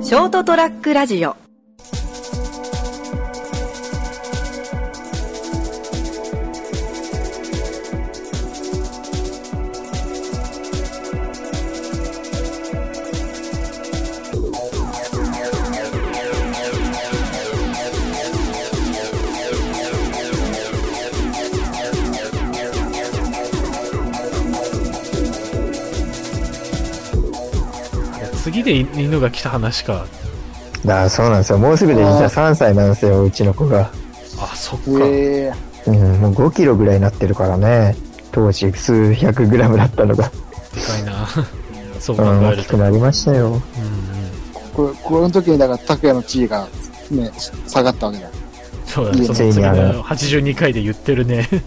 ショートトラックラジオ次で犬が来た話か。あそうなんですよ。もうすぐで実は3歳なんですよ、うちの子が。あ、そっか。ええー、うん、もう5キロぐらいになってるからね。当時数百グラムだったのが、でかいな。 そうう考ん、え大るきと。うくんうなりましたよ。ん。これ、この時にだから、拓也の地位が、ね、下がったわけだ。そうだ、そいいのね次ついにあのの82回で言ってるね。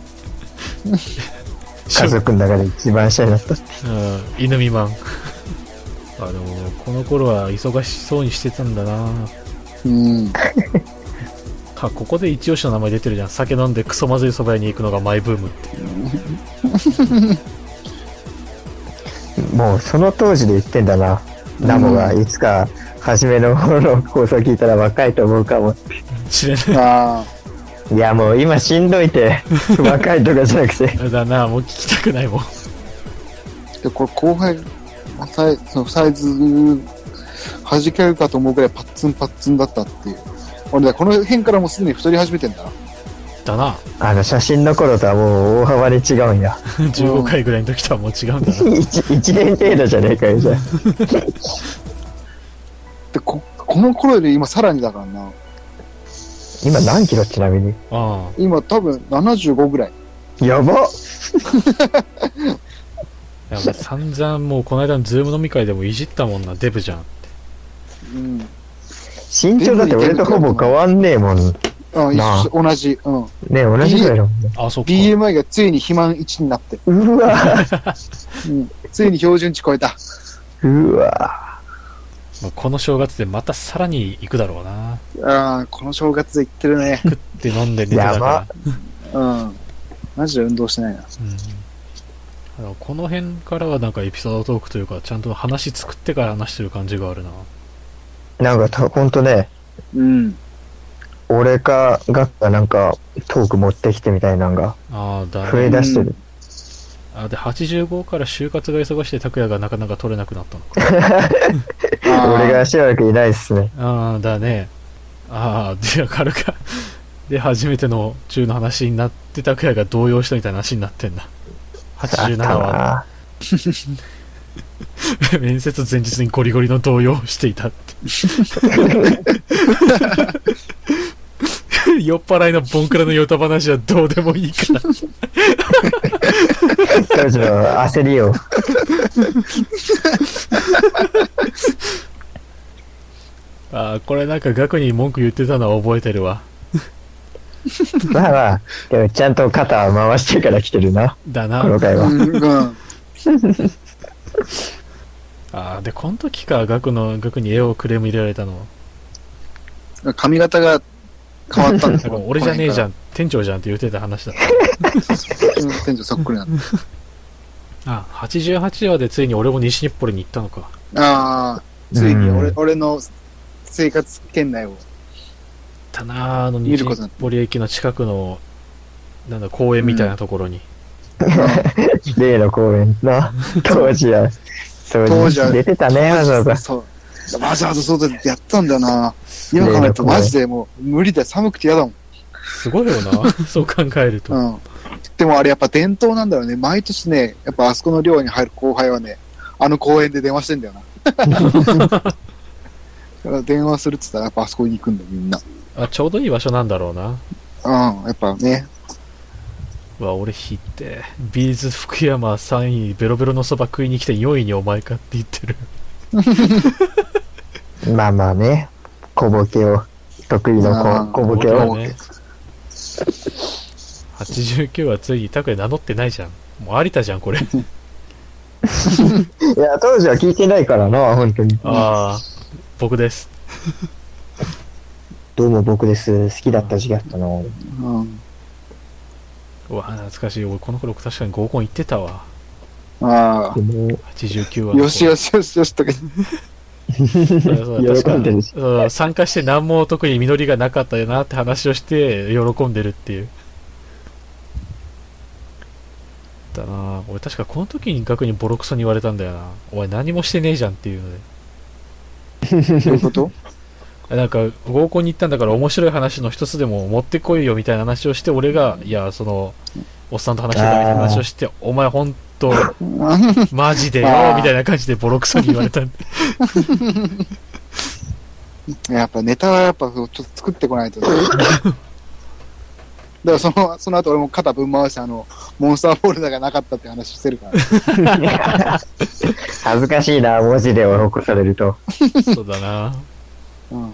家族の中で一番下になったって。 うん、犬未満。あのこの頃は忙しそうにしてたんだなうん。あここで一押しの名前出てるじゃん酒飲んでクソまずい蕎麦屋に行くのがマイブームってもうその当時で言ってんだな。ナモがいつか初めの頃の放送聞いたら若いと思うかも。知れなああ、いやもう今しんどい て、若いとかじゃなくて。い だなもう聞きたくないもんで、これ、後輩、サイそのサイズ、弾けるかと思うぐらいパッツンパッツンだったっていう。俺ね、この辺からもうすでに太り始めてんだな。だなあの写真の頃とはもう大幅に違うんや。 15回ぐらいの時とはもう違うんだな 一一年程度じゃねえかよ、じゃあ。で、こ、この頃より今さらにだからな。今何キロちなみに。あ今多分75ぐらい。やばあやっぱ散々もうこの間のズーム飲み会でもいじったもんなデブじゃんうん。身長だって俺とほぼ変わんねえもん。ねうん、一なあ緒同じ。うん。同じぐらいだもんね。あそっか BMI がついに肥満1になって。うわうん。ついに標準値超えた。うわまあこの正月でまたさらに行くだろうなああ、この正月で行ってるね。で飲んで寝てたか やらば、うん。マジで運動してないな。うん、あのこの辺からはなんかエピソードトークというかちゃんと話作ってから話してる感じがあるななんかた、ほんとね、うん。俺か、ガッがなんか、トーク持ってきてみたいなんが、あーだ増え出してる。あで85から就活が忙しくて拓也がなかなか取れなくなったのか 俺がしばらくいないっすね。ああだねああでわかるかで初めての中の話になって拓也が動揺したみたいな話になってんだあった87はな面接前日にゴリゴリの動揺をしていたって 酔っ払いのボンクラのヨタ話はどうでもいいから当時の焦り を。ああこれなんか額に文句言ってたのは覚えてるわまあまあ、でもちゃんと肩を回してから来てるな、だなこの回は。うん。うん。ああでこの時か額の額に絵をクレーム入れられたの髪型が変わっただんだから 俺じゃねえじゃん。ん店長じゃんって言ってた話だうん店長そっくりなんだ。あ88話でついに俺も西日暮里に行ったのかああ、ついに俺うん俺の生活圏内を。たなああの見西る日こと暮里駅の近くのなんだ公園みたいなところに、例の公演な、当時は。そう当時は出てたね、わざわざ。そう。わざわざ外でやったんだよな。今考えるとマジでもう無理だよ。寒くて嫌だもん。すごいよ なそう考えると、うん。でもあれやっぱ伝統なんだろうね。毎年ね、やっぱあそこの寮に入る後輩はね、あの公園で電話してんだよ な。 だから電話するっつったらやっぱあそこに行くんだよ、みんな。あちょうどいい場所なんだろうなうん、やっぱね。うわ俺引いてビーズ福山3位ベロベロのそば食いに来て4位にお前かって言ってるまあまあね、小ボケを、得意あの小ー小ボケを。ね89はついに拓也名乗ってないじゃんもう有田じゃんこれいや、当時は聞いてないからな、本当に。ああ僕ですどうも僕です。好きだった時期だったの。うん。うわ懐かしい俺この頃確かに合コン行ってたわあでも、 89あ、はよしよしよしよしとか そうだそうだ確喜かんでるしそうだ参加して何も特に実りがなかったよなって話をして喜んでるっていうだな俺確かこの時に額にボロクソに言われたんだよなお前何もしてねえじゃんっていうのでどういうこと なんか合コンに行ったんだから面白い話の一つでも持ってこいよみたいな話をして俺がいやそのおっさんと話してたみたいな話をしてお前本 当マジでよあーみたいな感じでボロクソに言われ たんでやっぱネタはやっぱちょっと作ってこない と。だからその、その後俺も肩ぶん回してあの、モンスターフォルダがなかったって話してるから。恥ずかしいな、文字で起こされると。そうだなうん。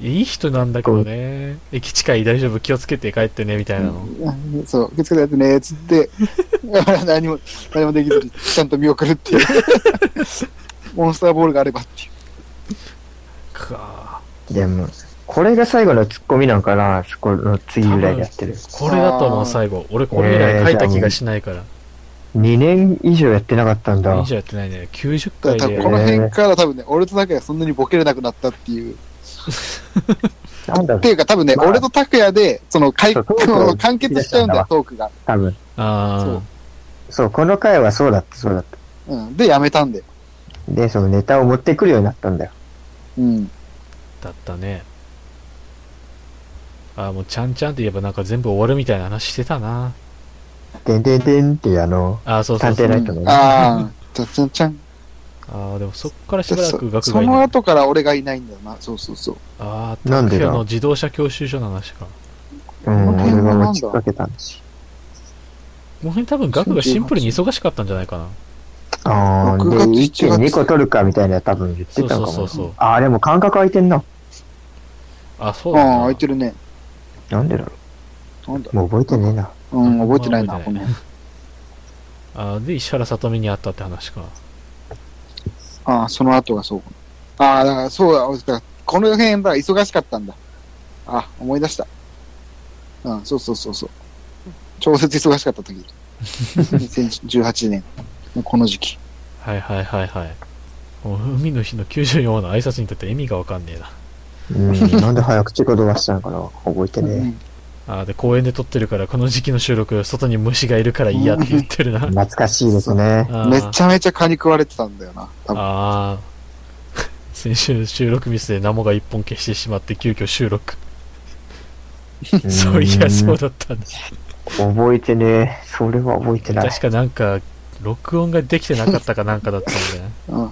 いい人なんだけどね駅近い大丈夫気をつけて帰ってねみたいなのそう、気をつけてやってね、つって、 何も、何もできずに、ちゃんと見送るっていう。 モンスターボールがあればっていう。かでも、これが最後のツッコミなんかな、そこの次ぐらいでやってる。これだと思あうー最後俺これ以来書いた気がしないから2年以上やってなかったんだ以。上やってないね90だ回から多で分この辺から多分ね、俺と拓也がそんなにボケれなくなったっていう。なんだろってう、いうか多分ね、まあ俺と拓也で、その、かいそうトークをその 完結しちゃうんだよ、トークが。多分。そあうそう、この回はそうだった、そうだった。うん。で、やめたんだよ。で、そのネタを持ってくるようになったんだよ。うん。あだったねあーもうちゃんちゃんって言えばなんか全部終わるみたいな話してたなでんでんでんっていうあの、あーそうそう探そう偵ライトのね。ああ、ちゃんちゃんちゃん。ああ、でもそっからしでばらくそ学そ外に。のあ後から俺がいないんだよな。そうそうそう。あー、なんでだ今日の自動車教習所の話か。うん、この俺が辺はなんだ持ちかけたんだし。この辺多分学がシンプルに忙しかったんじゃないかな。ああ、 6で、月1.2個取るかみたいな多分言ってそうたそうのかそもう。そう。ああ、でも間隔空いてんな。あ、そうだああ、な。開いてるね。なんでだろなんだう。もう覚えてねえな。うん、覚えてないな、覚こえてのない辺。あーで、石原さとみに会ったって話か。ああ、その後がそう。ああ、だからそうだ、だからこの辺だ、忙しかったんだ。あ、思い出した。うん、そうそうそうそう。調節忙しかった 時。2018年のこの時期。はいはいはいはい。もう海の日の94話の挨拶にとって意味がわかんねえな。うん、 なんで早口言葉したのかな。覚えてうねんあーで、公園で撮ってるから、この時期の収録、外に虫がいるから嫌って言ってるなえ。。懐かしいですね。あーめちゃめちゃ蚊に食われてたんだよな、多分。あー先週収録ミスでナモが一本消してしまって急遽収録。そういや、そうだったんです。覚えてねえ。それは覚えてない。確かなんか、録音ができてなかったかなんかだったんで、ね。うん。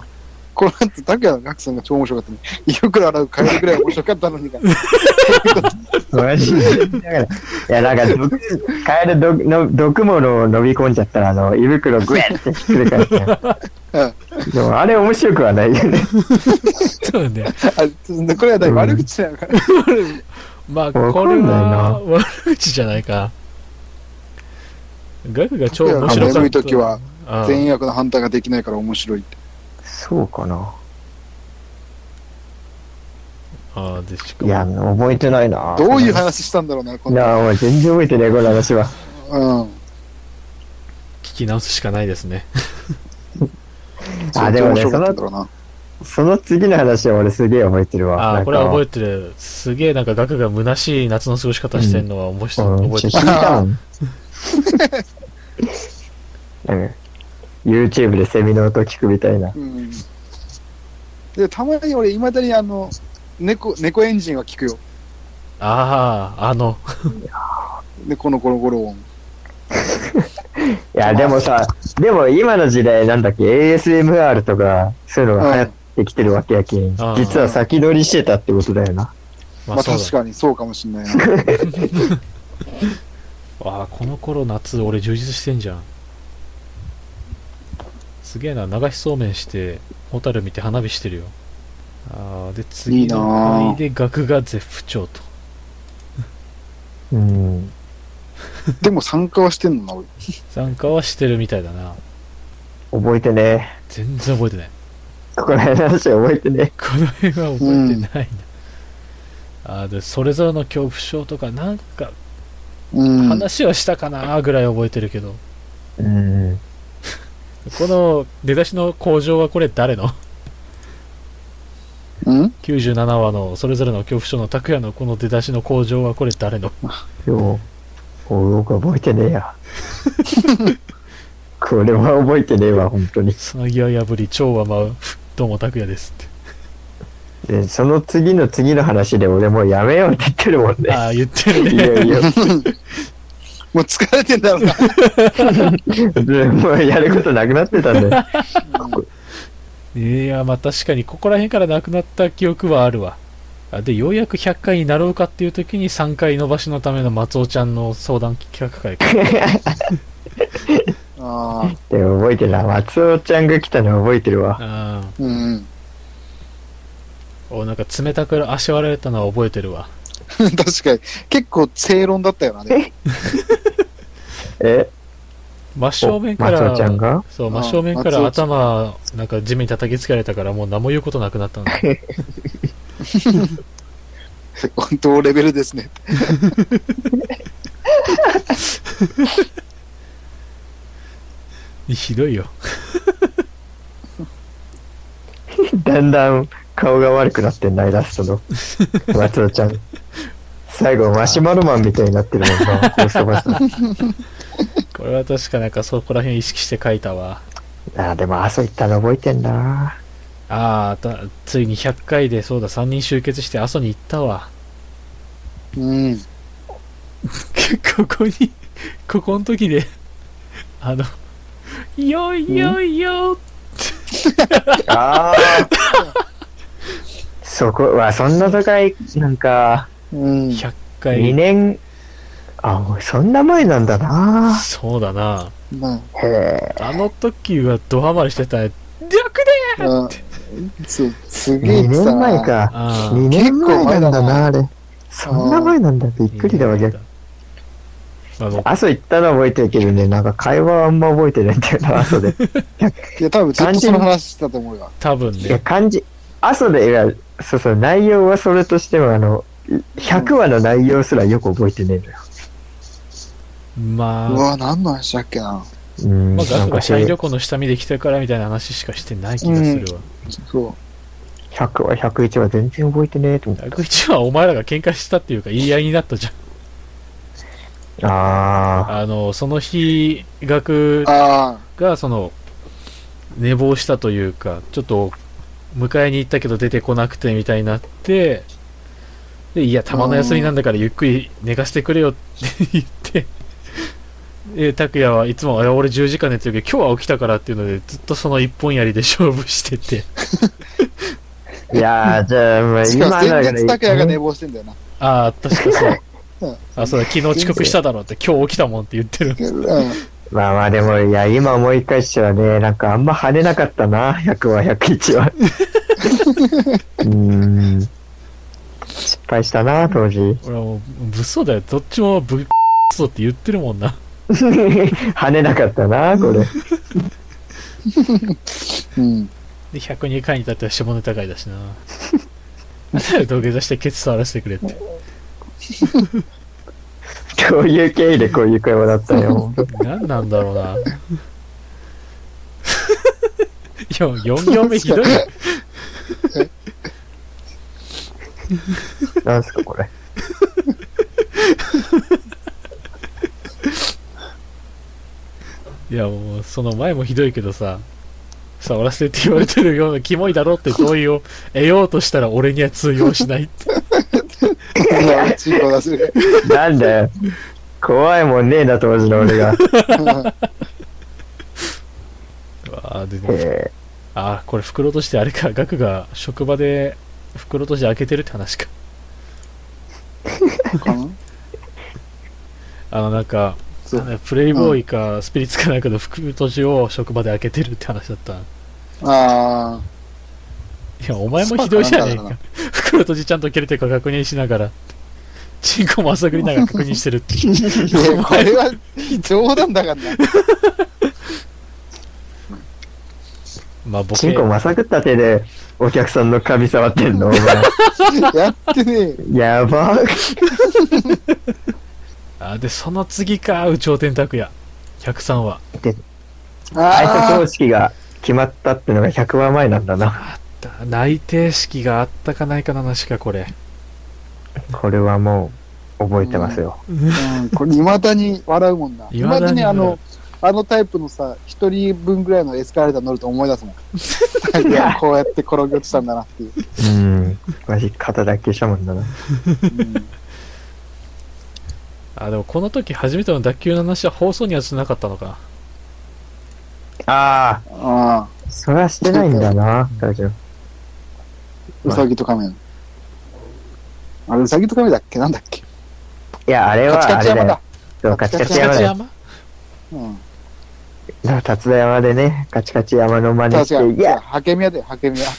この後、拓也のガクさんが超面白かったね。胃袋洗う変えるぐらい面白かったのにな。マジでだからいや、なんか、毒カエル毒の毒物を飲み込んじゃったら、あの、胃袋グエッてひっくり返って。でも、あれ面白くはないよね。そうね。あこれはだ悪口だから。まあ、かんないなこれは、悪口じゃないか。ガクが超面白かった。眠い時はああ善悪の判断ができないから面白いって。そうかな。ああ、で、しかいや、も、覚えてないな。どういう話したんだろうな、この。なあ、もう全然覚えてない、この話は。うん。聞き直すしかないですね。あ、でもね、そそのの、その次の話は俺すげえ覚えてるわ。ああ、これは覚えててる。すげえなんかガクが虚しい夏の過ごし方してんのは面白い、うん、覚ちえてょっる。と聞いたもん。 なんか YouTube でセミの音聞くみたいな。うん。で、たまに俺、いまだにあの、猫、猫エンジンは聞くよ。ああ、あの、猫のゴロゴロ音。いや、でもさ、でも今の時代なんだっけ、ASMR とか、そういうのが流行ってきてるわけやけんん。実は先取りしてたってことだよな。ままああ、そう確だ。かにそうかもしんないな。あ あ、この頃夏俺充実してんじゃん。すげえな、流しそうめんして、ホタル見て花火してるよ。ああ、で、次いいなのあ回で額が絶不調と。うん。でも参加はしてんのな、俺。参加はしてるみたいだな。覚えてね。全然覚えてない。ここら辺の話覚えてね。この辺は覚えてないな。ああ、で、それぞれの恐怖症とか、なんか、うん。話はしたかなぐらい覚えてるけど。うん。 この出だしの工場はこれ誰のうん97話のそれぞれの恐怖症の拓也のこの出だしの工場はこれ誰の そう。お僕覚えてねえ や。これは覚えてねえわ、本当に。つなぎは破り蝶は舞う どうも拓也ですっで、その次の次の話で俺もうやめようって言ってるもんて ね。ああ言ってるいねやいや、もう疲れてんだろうな。でもうやることなくなってたん で。いやまあ確かにここら辺からなくなった記憶はあるわあでようやく100回になろうかっていう時に3回伸ばしのための松尾ちゃんの相談企画会 かああ、でも覚えてるな。松尾ちゃんが来たの覚えてるわ。あうんうーん。おなんか冷たくあしわられたのは覚えてるわ 確かに。結構正論だったよな、ね。え真正面か松尾ちゃんらがそううん真正面か松ら尾ちゃ頭なんか地面に叩きつけられたからもう何も言うことなくな ったんだ同レベルですね。ひどいよだんだん顔が悪くなってんない、ラス トの。松尾ちゃん。最後、マシュマロマンみたいになってるもんな、ゴーストバスターズこれは確かなんかそこら辺意識して書いたわあーでも朝行ったの覚えてんな。ああたついに100回でそうだ3人集結して阿蘇に行ったわうん。ここに ここの時であの「よいよいよああ。そこは、そんな都会、なんか、うん。」 100 2回年、あ、もうそんな前なんだな。そうだなまへえ。あの時はドハマりしてたね略であ、うんす、すげえ2言ってた年な前。か。あー2年前なんだ結構前だな、なあれ。そんな前なんだ、びっくりだわ、逆に。あの朝行ったのは覚えてるけどね、なんか会話はあんま覚えてないんだよ な、朝で。いや、多分ずっとその話してたと思うよ。多分いや、ね漢字、朝で、いや、そうそう、内容はそれとしては、あの、100話の内容すらよく覚えてねえのよ。まあうわ、何の話だっけな。うん、まあ、なガんクかがし社員旅行の下見できたからみたいな話しかしてない気がするわ。そ100話、101話全然覚えてねえと思ガク一はお前らが喧嘩したっていうか言い合いになったじゃん。う。ああの、その日、ガクう。あがその、寝坊したというか、ちょっと、迎えに行ったけど出てこなくてみたいになって、で、いや、たまの休みなんだからゆっくり寝かせてくれよって言って、で、拓也はいつも、あ俺10時間寝てるけど、今日は起きたからっていうので、ずっとその一本槍で勝負してて、あ。いやー、じゃあ、まあ、あ。し今かもな前ら日、拓也が寝坊してんだよな。ああ、確かそう。 うんあ、そうだ、昨日遅刻しただろうって、今日起きたもんって言って る。うん。まあまあでも、いや、今思い返してはね、なんかあんま跳ねなかったな、100話、101話。うーん。失敗したな、当時。俺はもう、物騒だよ。どっちもぶっそって言ってるもんな。跳ねなかったな、これ。うん。で、102回に至っては下ネタ回だ しな。あんたら土下座してケツ触らせてくれって。どういう経緯でこういう会話だったよ。何なんだろうな。い や、4行目ひ どいよ。なんすか、これ。いや、もう、その前もひどいけどさ、触らせてって言われてるようなキモいだろって同意を得ようとしたら俺には通用しない って。チンコ出せる。なんだよ。怖いもんねえな、当時の俺 が。あーでもえあーこれ袋としてあれか ガクが職場で袋として開けてるって話かかなあのなんかそうなんだプレイボーイかスピリッツかなんかの袋とじを職場で開けてるって話だったいあやお前もひどいじゃねえか 袋閉じちゃんと切れてるか確認しながらチンコも朝繰りながら確認してるってあ。いや、これは冗談だからな。まあボー、ケチンコまさぐった手で、お客さんの髪触ってんの、お前。やってねえよ。やば。あーでその次か有頂天拓也103話挨拶方式が決まったってのが100話前なんだな。あっだ内定式があったかないかの話か、これ。これはもう、覚えてますよ。うん、これ、未だに笑うもんな。未 未だにだにあの、あのタイプのさ、一人分ぐらいのエスカレーター乗ると思い出すも ん。いや、こうやって転げ落ちたんだなっていう。うん。マジ、肩だけしたもんだな。うんあ、でもこの時初めての脱臼の話は放送にはしなかったのか。ああ、ああ、それはしてないんだな、大丈夫。うさぎとカメ。あれ、うさぎとカメだっけなんだっけいや、あれカはチカあチれだよ山だ。。そうカチカカチチ八山だよ。山うん。だから立田山でね、カチカチ山の真似確しかて、に。いいや、や、ハケミヤだよ、ハケ ミヤ。ハ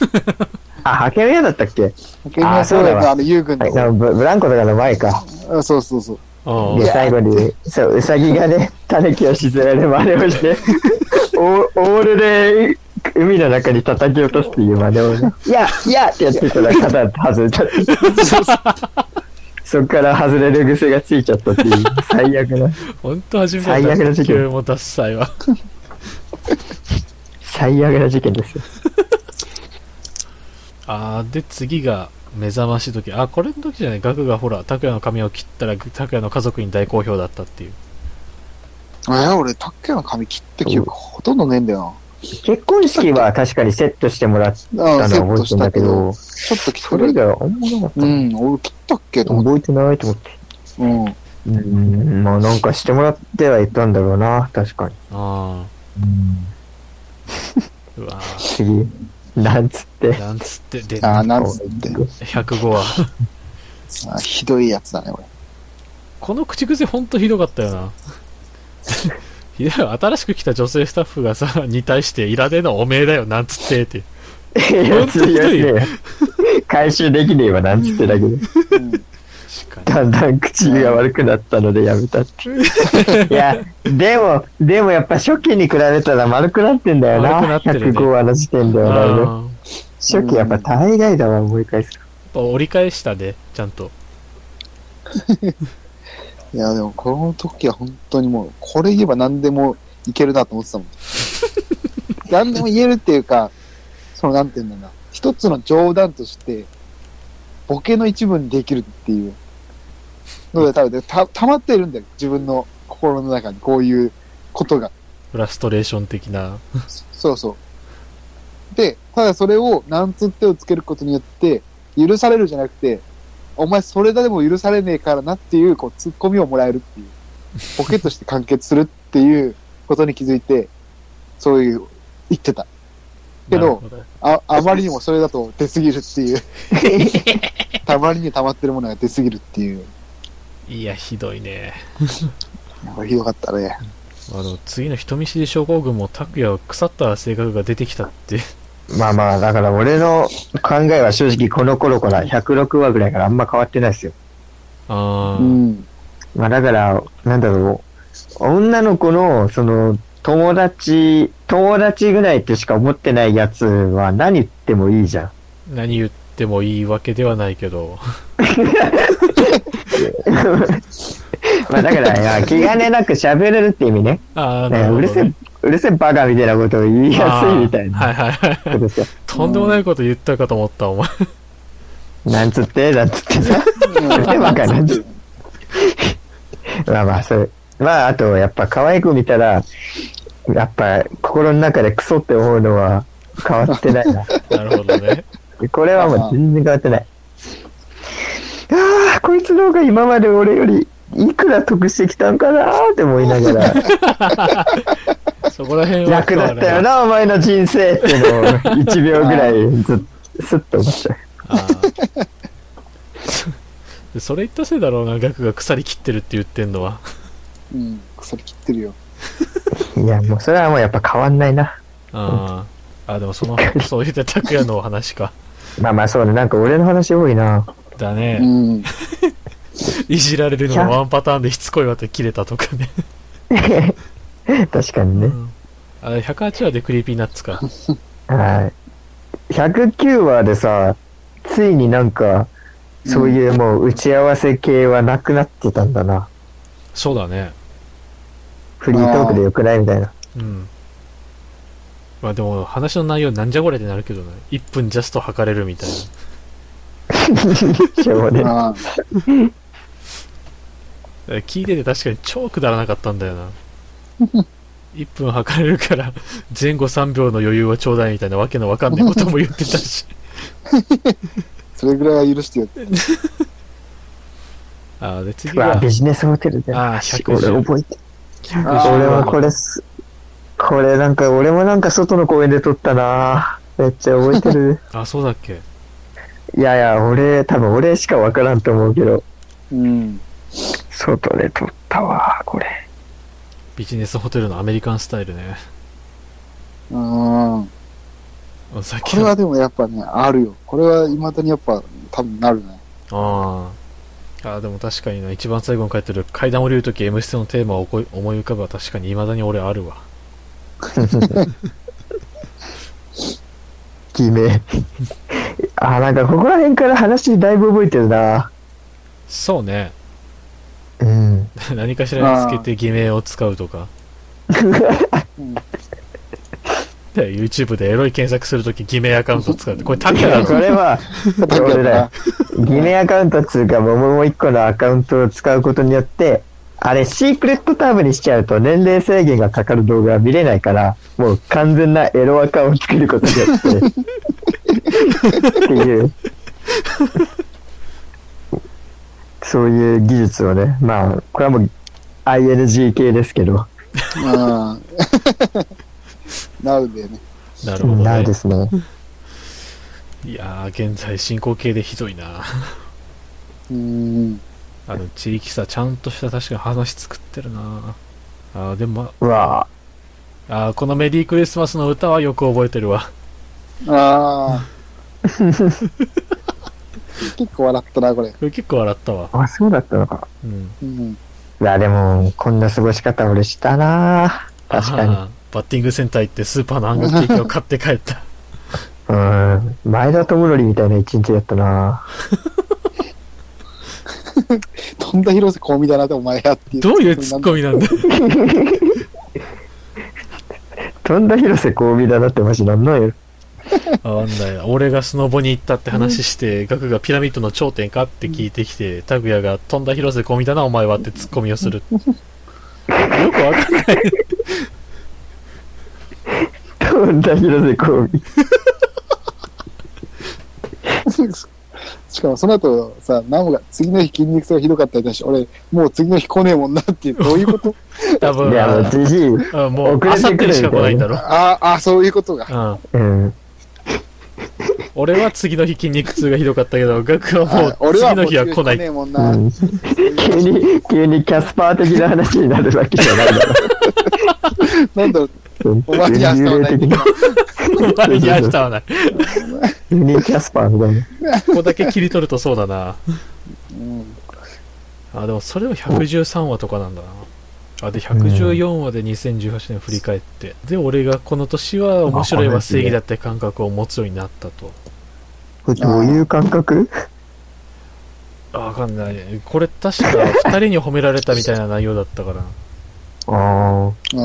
あ、ハケメ屋だったっけケミヤそうだよね、あの、遊軍はい、の。でもブブランコとかの前か。あそうそうそう。おうで、いや最後に、そう、ウサギがね、タヌキを沈める真似を して、オーオールで海の中に叩き落とすっていう真似をね、いや、いやってやってたら肩外れちゃった。 そっから外れる癖がついちゃったっていう、最悪な、ほんと初めて最悪のな事脱件臼も脱災は。 最悪な事件ですよ。あーで、次が、目覚まし時。あ、これの時じゃない。ガクがほら、拓也の髪を切ったら、拓也の家族に大好評だったっていう。えー、俺、タッケの髪切って記憶ほとんどねえんだよ結婚式は確かにセットしてもらったな。ああ、セのッは覚トえてるんだけしたけどど、、ちょっと切そってれ以る。外はあんまなかったな。うん、俺切ったっけと思っ覚えてないと思って。て。うん。うん、まあなんかしてもらってはいたんだろうな、確かに。あーうわー次、なんつって。なんつって、で、ああ、なんつって。 105話。あひどいやつだね、これ。この口癖ほんとひどかったよな。ひどいよ新しく来た女性スタッフがさ、に対して、いらねえのおめえだよ、なんつってって。いや、通用しねえよ回収できねえわ、なんつってだけど。うん、確かだんだん口が悪くなったのでやめたっ ていう。いや、でも、でもやっぱ初期に比べたら丸くなってんだよな。丸くなってるね105話の時点でに。はだいぶあー初期やっぱ大概だわ、思い返す。やっぱ折り返したで、ちゃんと。いや、でも、この時は本当にもう、これ言えば何でもいけるなと思って たもん。何でも言えるっていうか、その、なんていうんだろうな。一つの冗談として、ボケの一部にできるっていうので、多分ね、た、溜まってるんだよ。自分の心の中に、こういうことが。フラストレーション的な。そうそう。で、ただそれを、なんつってをつけることによって、許されるじゃなくて、お前それだでも許されねえからなっていう、こう、ツッコミをもらえるって いう、ボケとして完結するっていうことに気づいて、そういう、言ってた。けどなるほどあ、あまりにもそれだと出すぎるって いう。たまりに溜まってるものが出すぎるっていう。いや、ひどいね。なんかひどかったね。あの、次の人見知り症候群も、拓也は腐った性格が出てきたって。 まあまあ、だから俺の考えは正直この頃から106話ぐらいからあんま変わってないですよ。あうーん。まあだから、なんだろう。女の子の、その、友達、友達ぐらいってしか思ってないやつは何言ってもいいじゃん。何言ってもいいわけではないけど。 まあ だから、いや気兼ねなく喋れるって意味ね。ああ、ねなるうほるど、せえね。、うるせえバカみたいなことを言いやすいみたいあーなはいはいはい。ことですよ。とんでもないこと言ったかと思った、お前。 なんつって、なんつってさ。うるせえバカなんつって。 まあまあ、そう。まああと、やっぱ可愛く見たら、やっぱ心の中でクソって思うのは変わってないな。なるほどね。これはもう全然変わってない。ああ、こいつの方が今まで俺よりいくら得してきたんかなーって 思いながら、そこら辺は。楽だったよ。な、お前の人生っていうのを1秒ぐらいずっと、すっと思っちゃあー でそれ言ったせいだろうな、ガクが腐り切ってるって言ってんのは。うん。腐り切ってるよ。う。いや、もうそれはもうやっぱ変わんないな。あーあ、でもその、そう言って拓也のお話か。まあまあそうね、なんか俺の話多いな。 だうね。ん。いじられるのもワンパターンでしつこいわって切れたとかね。確かにうね。んあれ、108話でクリーピーナッツ か。はい。109話でさ、ついになんか、そういうもう打ち合わせ系はなくなってたんだな。そうだね。フリートークでよくないみたいな。うん。まあでも話の内容なんじゃこれってなるけどね。1分ジャスト測れるみたいな。 しょうもねああえ聞いてて確かに超くだらなかったんだ よな1分測れるから前後3秒の余裕はちょうだいみたいなわけのわかんないことも言ってた しそれぐらいは許してよ。あーで次うわ、がビジネスホテルだよ。あー俺110覚えてる。あー俺はこれす、これなんか、俺もなんか外の公園で撮ったなめっちゃ覚えて る。あそうだっけいやいや、俺、多分俺しかわからんと思うけど、うん。外で撮ったわ、これ。ビジネスホテルのアメリカンスタイルねうん。あさっきこれのはあでもやっぱね、あるよ。これは未だにやっぱ多分なるね。ーあーでも確かにな一番最後に書いてる階段降りるとき M ステのテーマを思い思い浮かべば確かに未だに俺あるわ偽名。 あ、なんかここら辺から話だいぶ覚えてるなそうね うん。何かしらにつけて偽名を使うと かうんで YouTube でエロい検索するとき偽名アカウント使うってこれタケだこ ぞれは、俺だよ。偽名アカウントっつうか、もうもう一個のアカウントを使うことによって、あれ、シークレットタブにしちゃうと年齢制限がかかる動画は見れないから、もう完全なエロアカを作ることによって。っていう。そういう技術をね、まあ、これはもう ING 系ですけど、うん。 なるんだよね。なるほど、ね、ないですね。いやー、現在進行形でひどいな。うん。あの、地域さ、ちゃんとした確かに話作ってるな。あーでも、うわあーこのメリークリスマスの歌はよく覚えてるわ。ああ。 結構笑ったな、これ。これ結構笑ったわ。あ、あ、そうだったのか。うん。うん。いや、でも、こんな過ごし方俺したな確かに。あーバッティングセンター行ってスーパーの半額ケーキを買って帰 った。うん。前田智則みたいな一日だったなとんだ広瀬香美だなって、お前やってどういうツッコミなん だとんだ広瀬香美だなってマジなんなんやろ。あんだよ。俺がスノボに行ったって話して、ガクがピラミッドの頂点かって聞いてきて、タグヤが飛んだ広瀬香美だな、お前はってツッコミを する。よくわかんない。とんだ広瀬香美。 しかもその後さ、ナムが次の日筋肉痛がひどかったりだし、俺、もう次の日来ねえもんなって、どういうこと 多分、いや、もうじじい。うあもう、遅あれさっててくるみにしたいなか来ないんだろ。ああ、そういうことが。うん。ん。俺は次の日筋肉痛がひどかったけど、ガクはあもう俺次はものう日は次の日来な来い。ねえもんな。うん、急に、急にキャスパー的な話になるわけじゃないだろ。なんだろう、うんお前に明日はない的な。お前に明日 はない。こ急にキャスパーみたいな。こだけ切り取るとそうだな。うん、あ、でもそれは113話とかなんだな。あ、で、114話で2018年振り返って。で、俺がこの年は面白いは正義だって感覚を持つようになったと。これどういう感覚あ、わかんない。これ確か2人に褒められたみたいな内容だったからな。ああ。う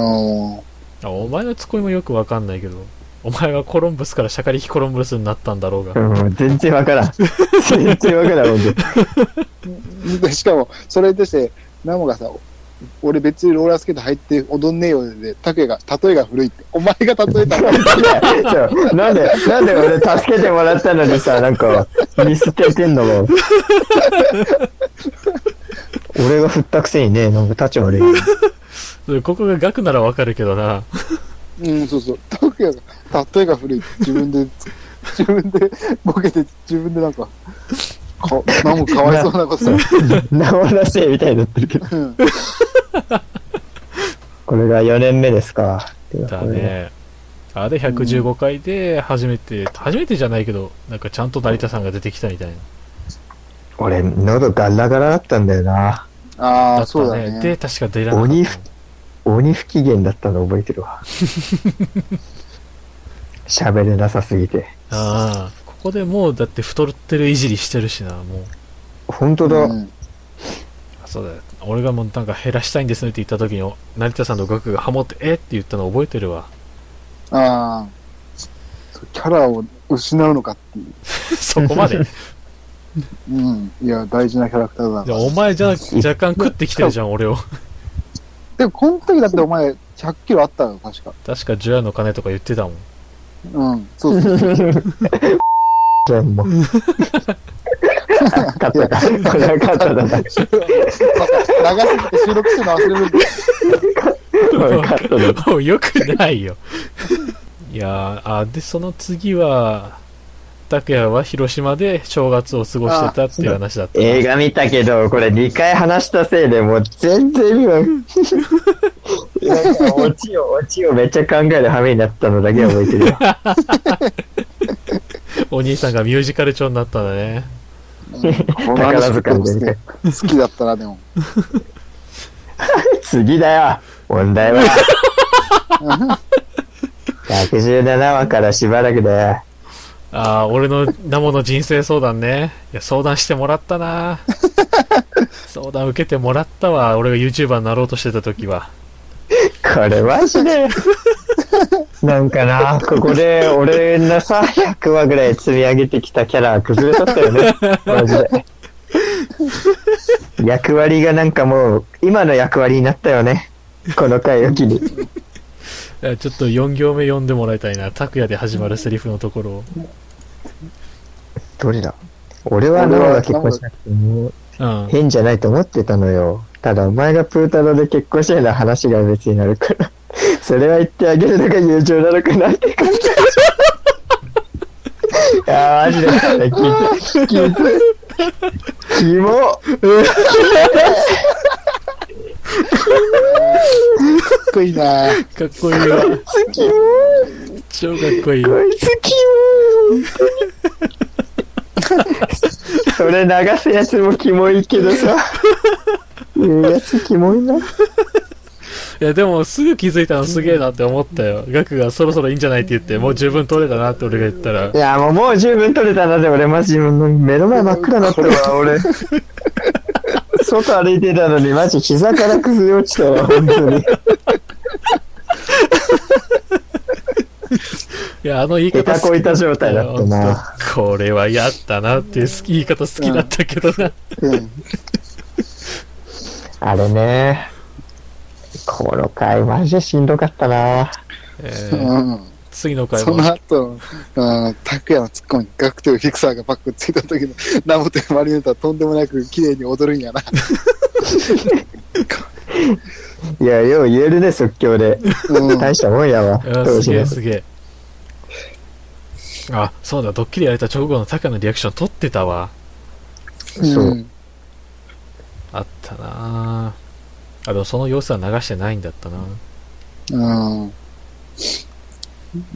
んあ、お前のツッコミもよくわかんないけど。お前はコロンブスからシャカリキコロンブスになったんだろうが。うん、全然わからん。全然わからん、ほんと。で しかも、それに対して、ナモがさ、俺別にローラースケート入って踊んねえよで、タケが、例えが古いって、お前が例えたのいやそうなんで、なんで俺助けてもらったのにさ、なんか、見捨ててんのも。俺が振ったくせにね、なんか立ち悪い。でここが額ならわかるけどな。 うん、そうそう。タケが、例えが古いって、自分で、 自分でボケて、自分でなんか、かナモかわいそうな ことさ。生出せみたいになってるけど。うんこれが4年目ですか。だ。ね。あで、115回で初めて、初めてじゃないけど、なんかちゃんと成田さんが出てきたみたいな。俺、喉ガラガラだったんだよな。あだあ、っそうただね。ね。で、確か出らなか鬼っふ鬼不機嫌だったの覚えて るわ。喋れなさすぎて。たああ。ここでもう、だって太ってるいじりしてるしな、もう。本当だ。うんあそうだよ。俺がもうなんか減らしたいんですねって言った時に、成田さんの額がハモって、えって言ったの覚えてるわ。ああ。そうキャラを失うのかっていう。 そこまで。うん。いや、大事なキャラクターでだな。お前じゃ若干食ってきてるじゃん、俺を。でも、この時だってお前、100キロあったよ、確か。確か除夜の鐘とか言ってたもん。うん。そうそう。じゃあもう。勝ったか。これは勝っただな。長すぎて収録してるの忘れるんだよ。これ勝っただ。もうよくない よ。いやーあ、で、その次は、拓也は広島で正月を過ごしてたっていう話だった。映画見たけど、これ2回話したせいでもう全然意味わかんない。なんかオチを、オチをめっちゃ考える羽目になったのだけは覚えてるよ。お兄さんがミュージカル調になったんだね。この宝話塚でね。好きだったらでも。次だよ問題は117話からしばらくだよああ、俺のナモの人生相談ね。いや、相談してもらった な。相談受けてもらったわ。俺が YouTuber になろうとしてた時は。これマジでなんかなここで俺のさ100話ぐらい積み上げてきたキャラ崩れとったよねマジで役割がなんかもう今の役割になったよねこの回を機にいやちょっと4行目読んでもらいたいな。拓也で始まるセリフのところを。どれだ俺はノアが結婚しなくてもうん。変じゃないと思ってたのよ。ただお前がプータロで結婚したような話が別になるから、 それは言ってあげるのが友情なの かなって感じ。いやー、マジで、聞いて、聞いて。キモかっこいいなぁ。かっこいいわ。キモ超かっこいい。こいつキモそれ流すやつもキモいけどさ。言うやつキモいな。いやでもすぐ気づいたのすげえなって思ったよ。ガクがそろそろいいんじゃないって言って、もう十分取れたなって俺が言ったらい、や、もう、もう十分取れたなで、俺、マジ、もう目の前真っ暗になった わ、俺。外歩いてたのに、マジ、膝から崩れ落ちたわ、本当に。いやあの言い下方手こいた状態だったな。これはやったなっていう好き言い方好きだったけどな。うん。あれね。この回、マジでしんどかったな。えーうん次の回そもの後、うん拓也のツッコミ、ガクというフィクサーがバックついた時の、ナモというマリネットはとんでもなく綺麗に踊るんやな。いや、よう言えるね、即興で。うん。大したもんやわ。あ当す時げのえすげえ。あ、そうだ、ドッキリやられた直後のタカのリアクション撮ってたわ。そううん。あったなあ、でもその様子は流してないんだったなうん。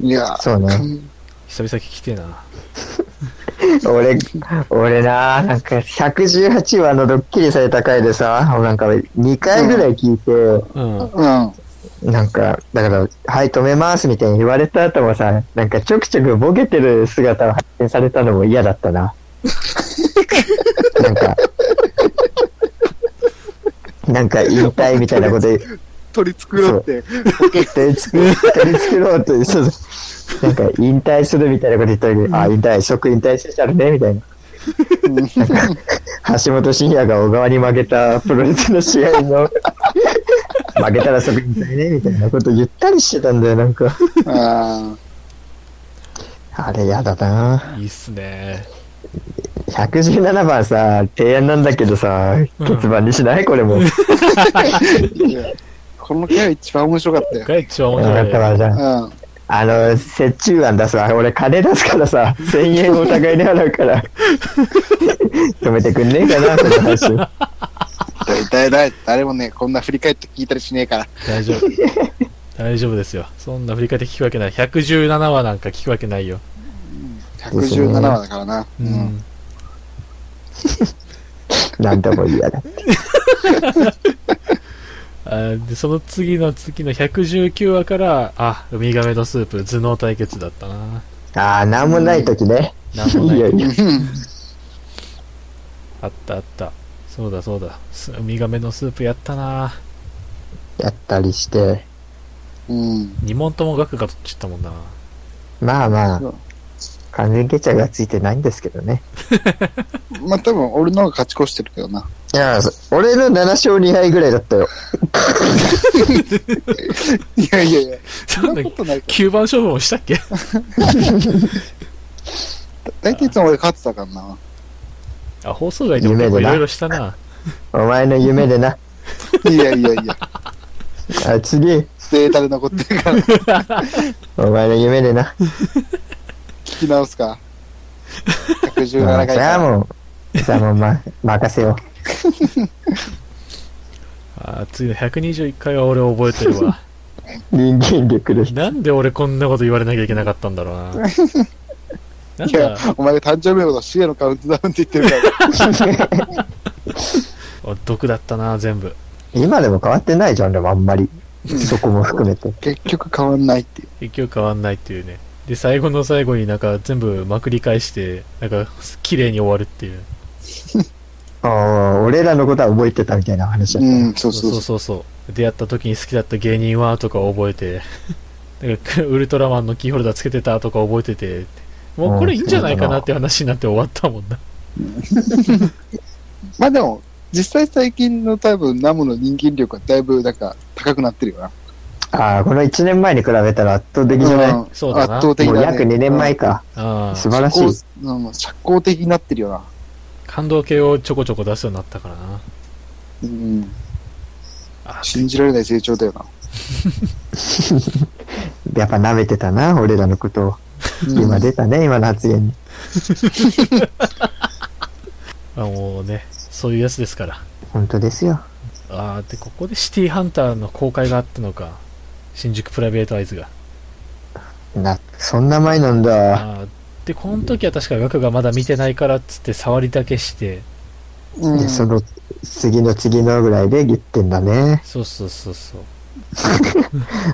いや、そうねかん久々聞きてえな。俺、俺な、なんか、118話のドッキリされた回でさ、なんか、2回ぐらい聞いて、うん。うん。なんか、だから、はい、止めますみたいに言われた後もさ、なんかちょくちょくボケてる姿を発見されたのも嫌だったな。なんか、なんか引退みたいなこと言って取り繕って、取り繕ろうと、そうそう。なんか引退するみたいなこと言った時に、あ、引退、即引退してたるね、みたいな。橋本真也が小川に負けたプロレスの試合の、負けたら即引退ね、みたいなこと言ったりしてたんだよ、なんか。ああれやだないいっすね117番さ、提案なんだけどさ、うん結番にしないこれも。ーいやこのキャラ一番面白かったよ。が一番面分かった白い。わ、じゃあ。うん。あの、折衷案出すわ。俺金出すからさ、1000円お互いに払うから。止めてくんねえかな、この話。だだだ誰もね、こんな振り返って聞いたりしねえから。大丈夫。大丈夫ですよ。そんな振り返って聞くわけない。117話なんか聞くわけないよ。 117話だからな。う。うんん。なんとも言いやがって。あでその次の次の119話から、あ、ウミガメのスープ、頭脳対決だったな。ああ、なんもない時ね。なんもないいやいやあったあった。そうだそうだ。すウミガメのスープやったな。やったりして。うん。 2問ともガクが取っちゃったもんな。まあまあそう、完全決着がついてないんですけどね。まあ多分俺の方が勝ち越してるけどな。いや、そ俺の7勝2敗ぐらいだったよ。いやいやいや、そそんんななことない。 9番勝負もしたっけ大体いつも俺勝ってたからな。あ、放送外でも結構いろいろしたな。お前の夢でな。いやいやいや、あ、次、データで残ってるから、聞お前の夢でな。き直すか。117まあ回じゃあか。もう、じゃあもう、ま、任せよあー次の121回は俺覚えてるわ。う。人間力です。なんで俺こんなこと言われなきゃいけなかったんだろうな。なんいやか、、お前誕生日のこと、シゲのカウントダウンって言ってるから。お毒だったな、全部。今でも変わってないじゃん、でもあんまり。そこも含めて。結局変わんないっていう。結局変わんないっていうね。で、最後の最後になんか全部まくり返して、なんか、綺麗に終わるっていう。ああ、俺らのことは覚えてたみたいな話だったね。 うん、そうそそうそうう。そうそう。出会った時に好きだった芸人はとか覚えて、 なんか ウルトラマンのキーホルダーつけてたとか覚えてて、もうこれいいんじゃないかなって話になって終わったも んな。まあでも、実際最近の多分、ナムの人間力はだいぶ、なんか、高くなってるよな。ああ、この1年前に比べたら圧倒的じゃない、うんそうだな圧倒的もだ、うね。約2年前か。あ素あ、晴らしこ。いううん社交的になってるよな。感動系をちょこちょこ出すようになったからな。うんあ。信じられない成長だよな。やっぱ舐めてたな、俺らのことを。今出たね、今の発言に。あもうね、そういうやつですから。本当ですよ。ああ、で、ここでシティハンターの公開があったのか。新宿プライベートアイズが。な、そんな前なんだ。ああで、この時は確かガクがまだ見てないからっつって触りだけして、うんで、その、次の次のぐらいで言ってんだね。そうそうそうそう。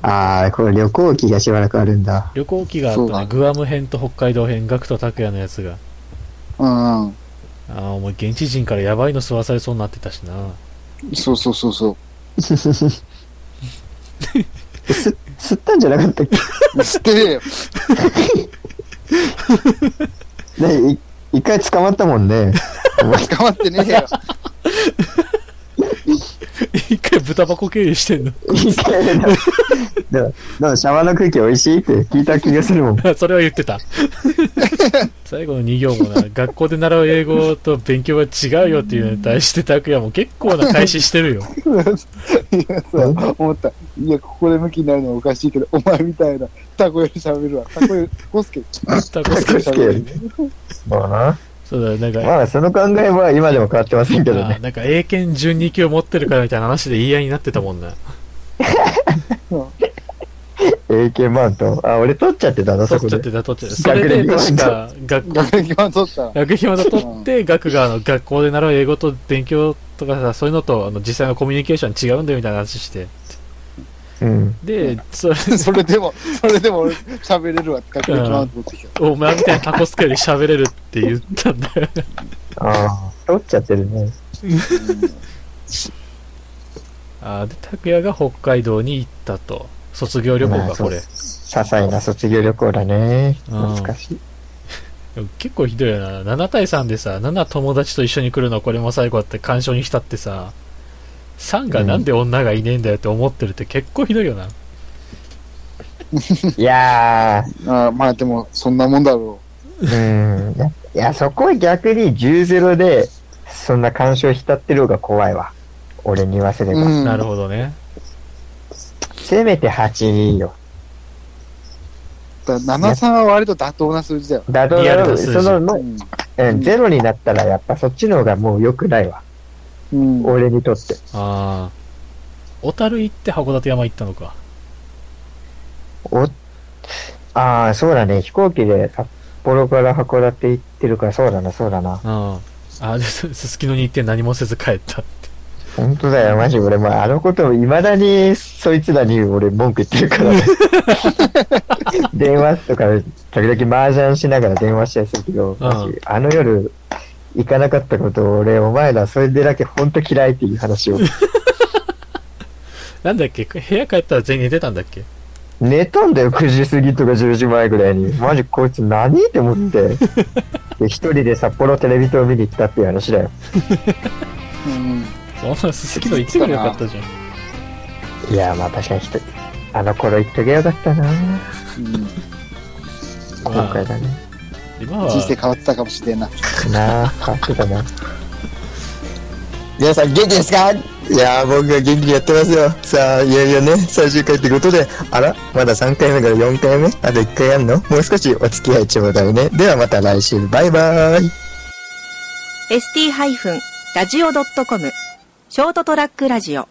ああ、これ旅行期がしばらくあるんだ。旅行記があったそうだね。グアム編と北海道編、ガクと拓也のやつが。うんうん。ああ、お前現地人からやばいの吸わされそうになってたし な。そうそうそうそう。す、吸ったんじゃなかったっけ知ってるよ。ね、い一回捕まったもんね。 捕まってねえよ。一回豚箱経由してんの。一回でも、でも、でもシャワーの空気美味しいって聞いた気がするもん。 それは言ってた。 最後の2行もな、学校で習う英語と勉強は違うよっていうのに対して拓也も結構な開始して るよ。いや、そう、思った。いや、ここで向きになるのはおかしいけど、お前みたいな、タコより喋るわ。タコより、コスケ。タコスケ確かにまあな。そうだよ、なんか、まあ、その考えは今でも変わってませんけどあーね。なんか英検12級持ってるからみたいな話で言い合いになってたもんな。 AK マウント。あ、俺取っちゃってたな、そ取こっちゃっで。てた、取っちゃってた。それで確か、学校学歴は取った。学費また取って、学があの学校で習う英語と勉強とかさ、そういうのとあの実際のコミュニケーション違うんだよみたいな話して。うん。で、それ、それでも、それでも俺喋れるわって学歴マウント持ってきた。お前みたいなタコスケより喋れるって言ったんだよ。ああ。取っちゃってるね。 あーで、拓也が北海道に行ったと。卒業旅行まあか、そうこれ。些細な卒業旅行だね。うん懐かしい。でも結構ひどいよな。7対3でさ、7友達と一緒に来るのこれも最後あって干渉に浸ってさ、3がなんで女がいねえんだよって思ってるって結構ひどいよな。いやああまあでも、そんなもんだろー、うん。いや、そこは逆に10-0で、そんな干渉浸ってる方が怖いわ。俺に言わせれう。ば。うん。なるほどね。せめて8よ。だから73は割と妥当な数字だよ。だとリアルな数字その、もううんうん、ゼロになったらやっぱそっちの方がもう良くないわ。うん。俺にとって。ああ。小樽行って函館山行ったのか。お、ああ、そうだね。飛行機で札幌から函館行ってるから、そうだな、そうだな。ああ、で、すすすきのに行って何もせず帰ったって。本当だよ、マジ。俺、まあ、あのことを未だに、そいつらに俺文句言ってるからね。 電話とか、時々麻雀しながら電話したりするけど、マジあの夜、行かなかったことを俺、お前らそれでだけ本当 嫌いっていう話を。なんだっけ部屋帰ったら全員寝てたんだっけ寝たんだよ、9時過ぎとか10時前ぐらいに。マジこいつ何って思 って。で、一人で札幌テレビ塔見に行ったっていう話だよ。うん。そんなすすきの行ってくればよかったじゃん。いや、まあ確かに一人。あの頃行っとけよかったなうん。後まあ悔だね。今人生は、変わってたかもしれんな。なあ、変わってたな。皆さん元気ですかいやー僕は元気にやってますよさあいよいよね最終回ってことであらまだ3回目から4回目あと1回やんのもう少しお付き合いちょうだいねではまた来週バイバーイ ST-radio.com ショートトラックラジオ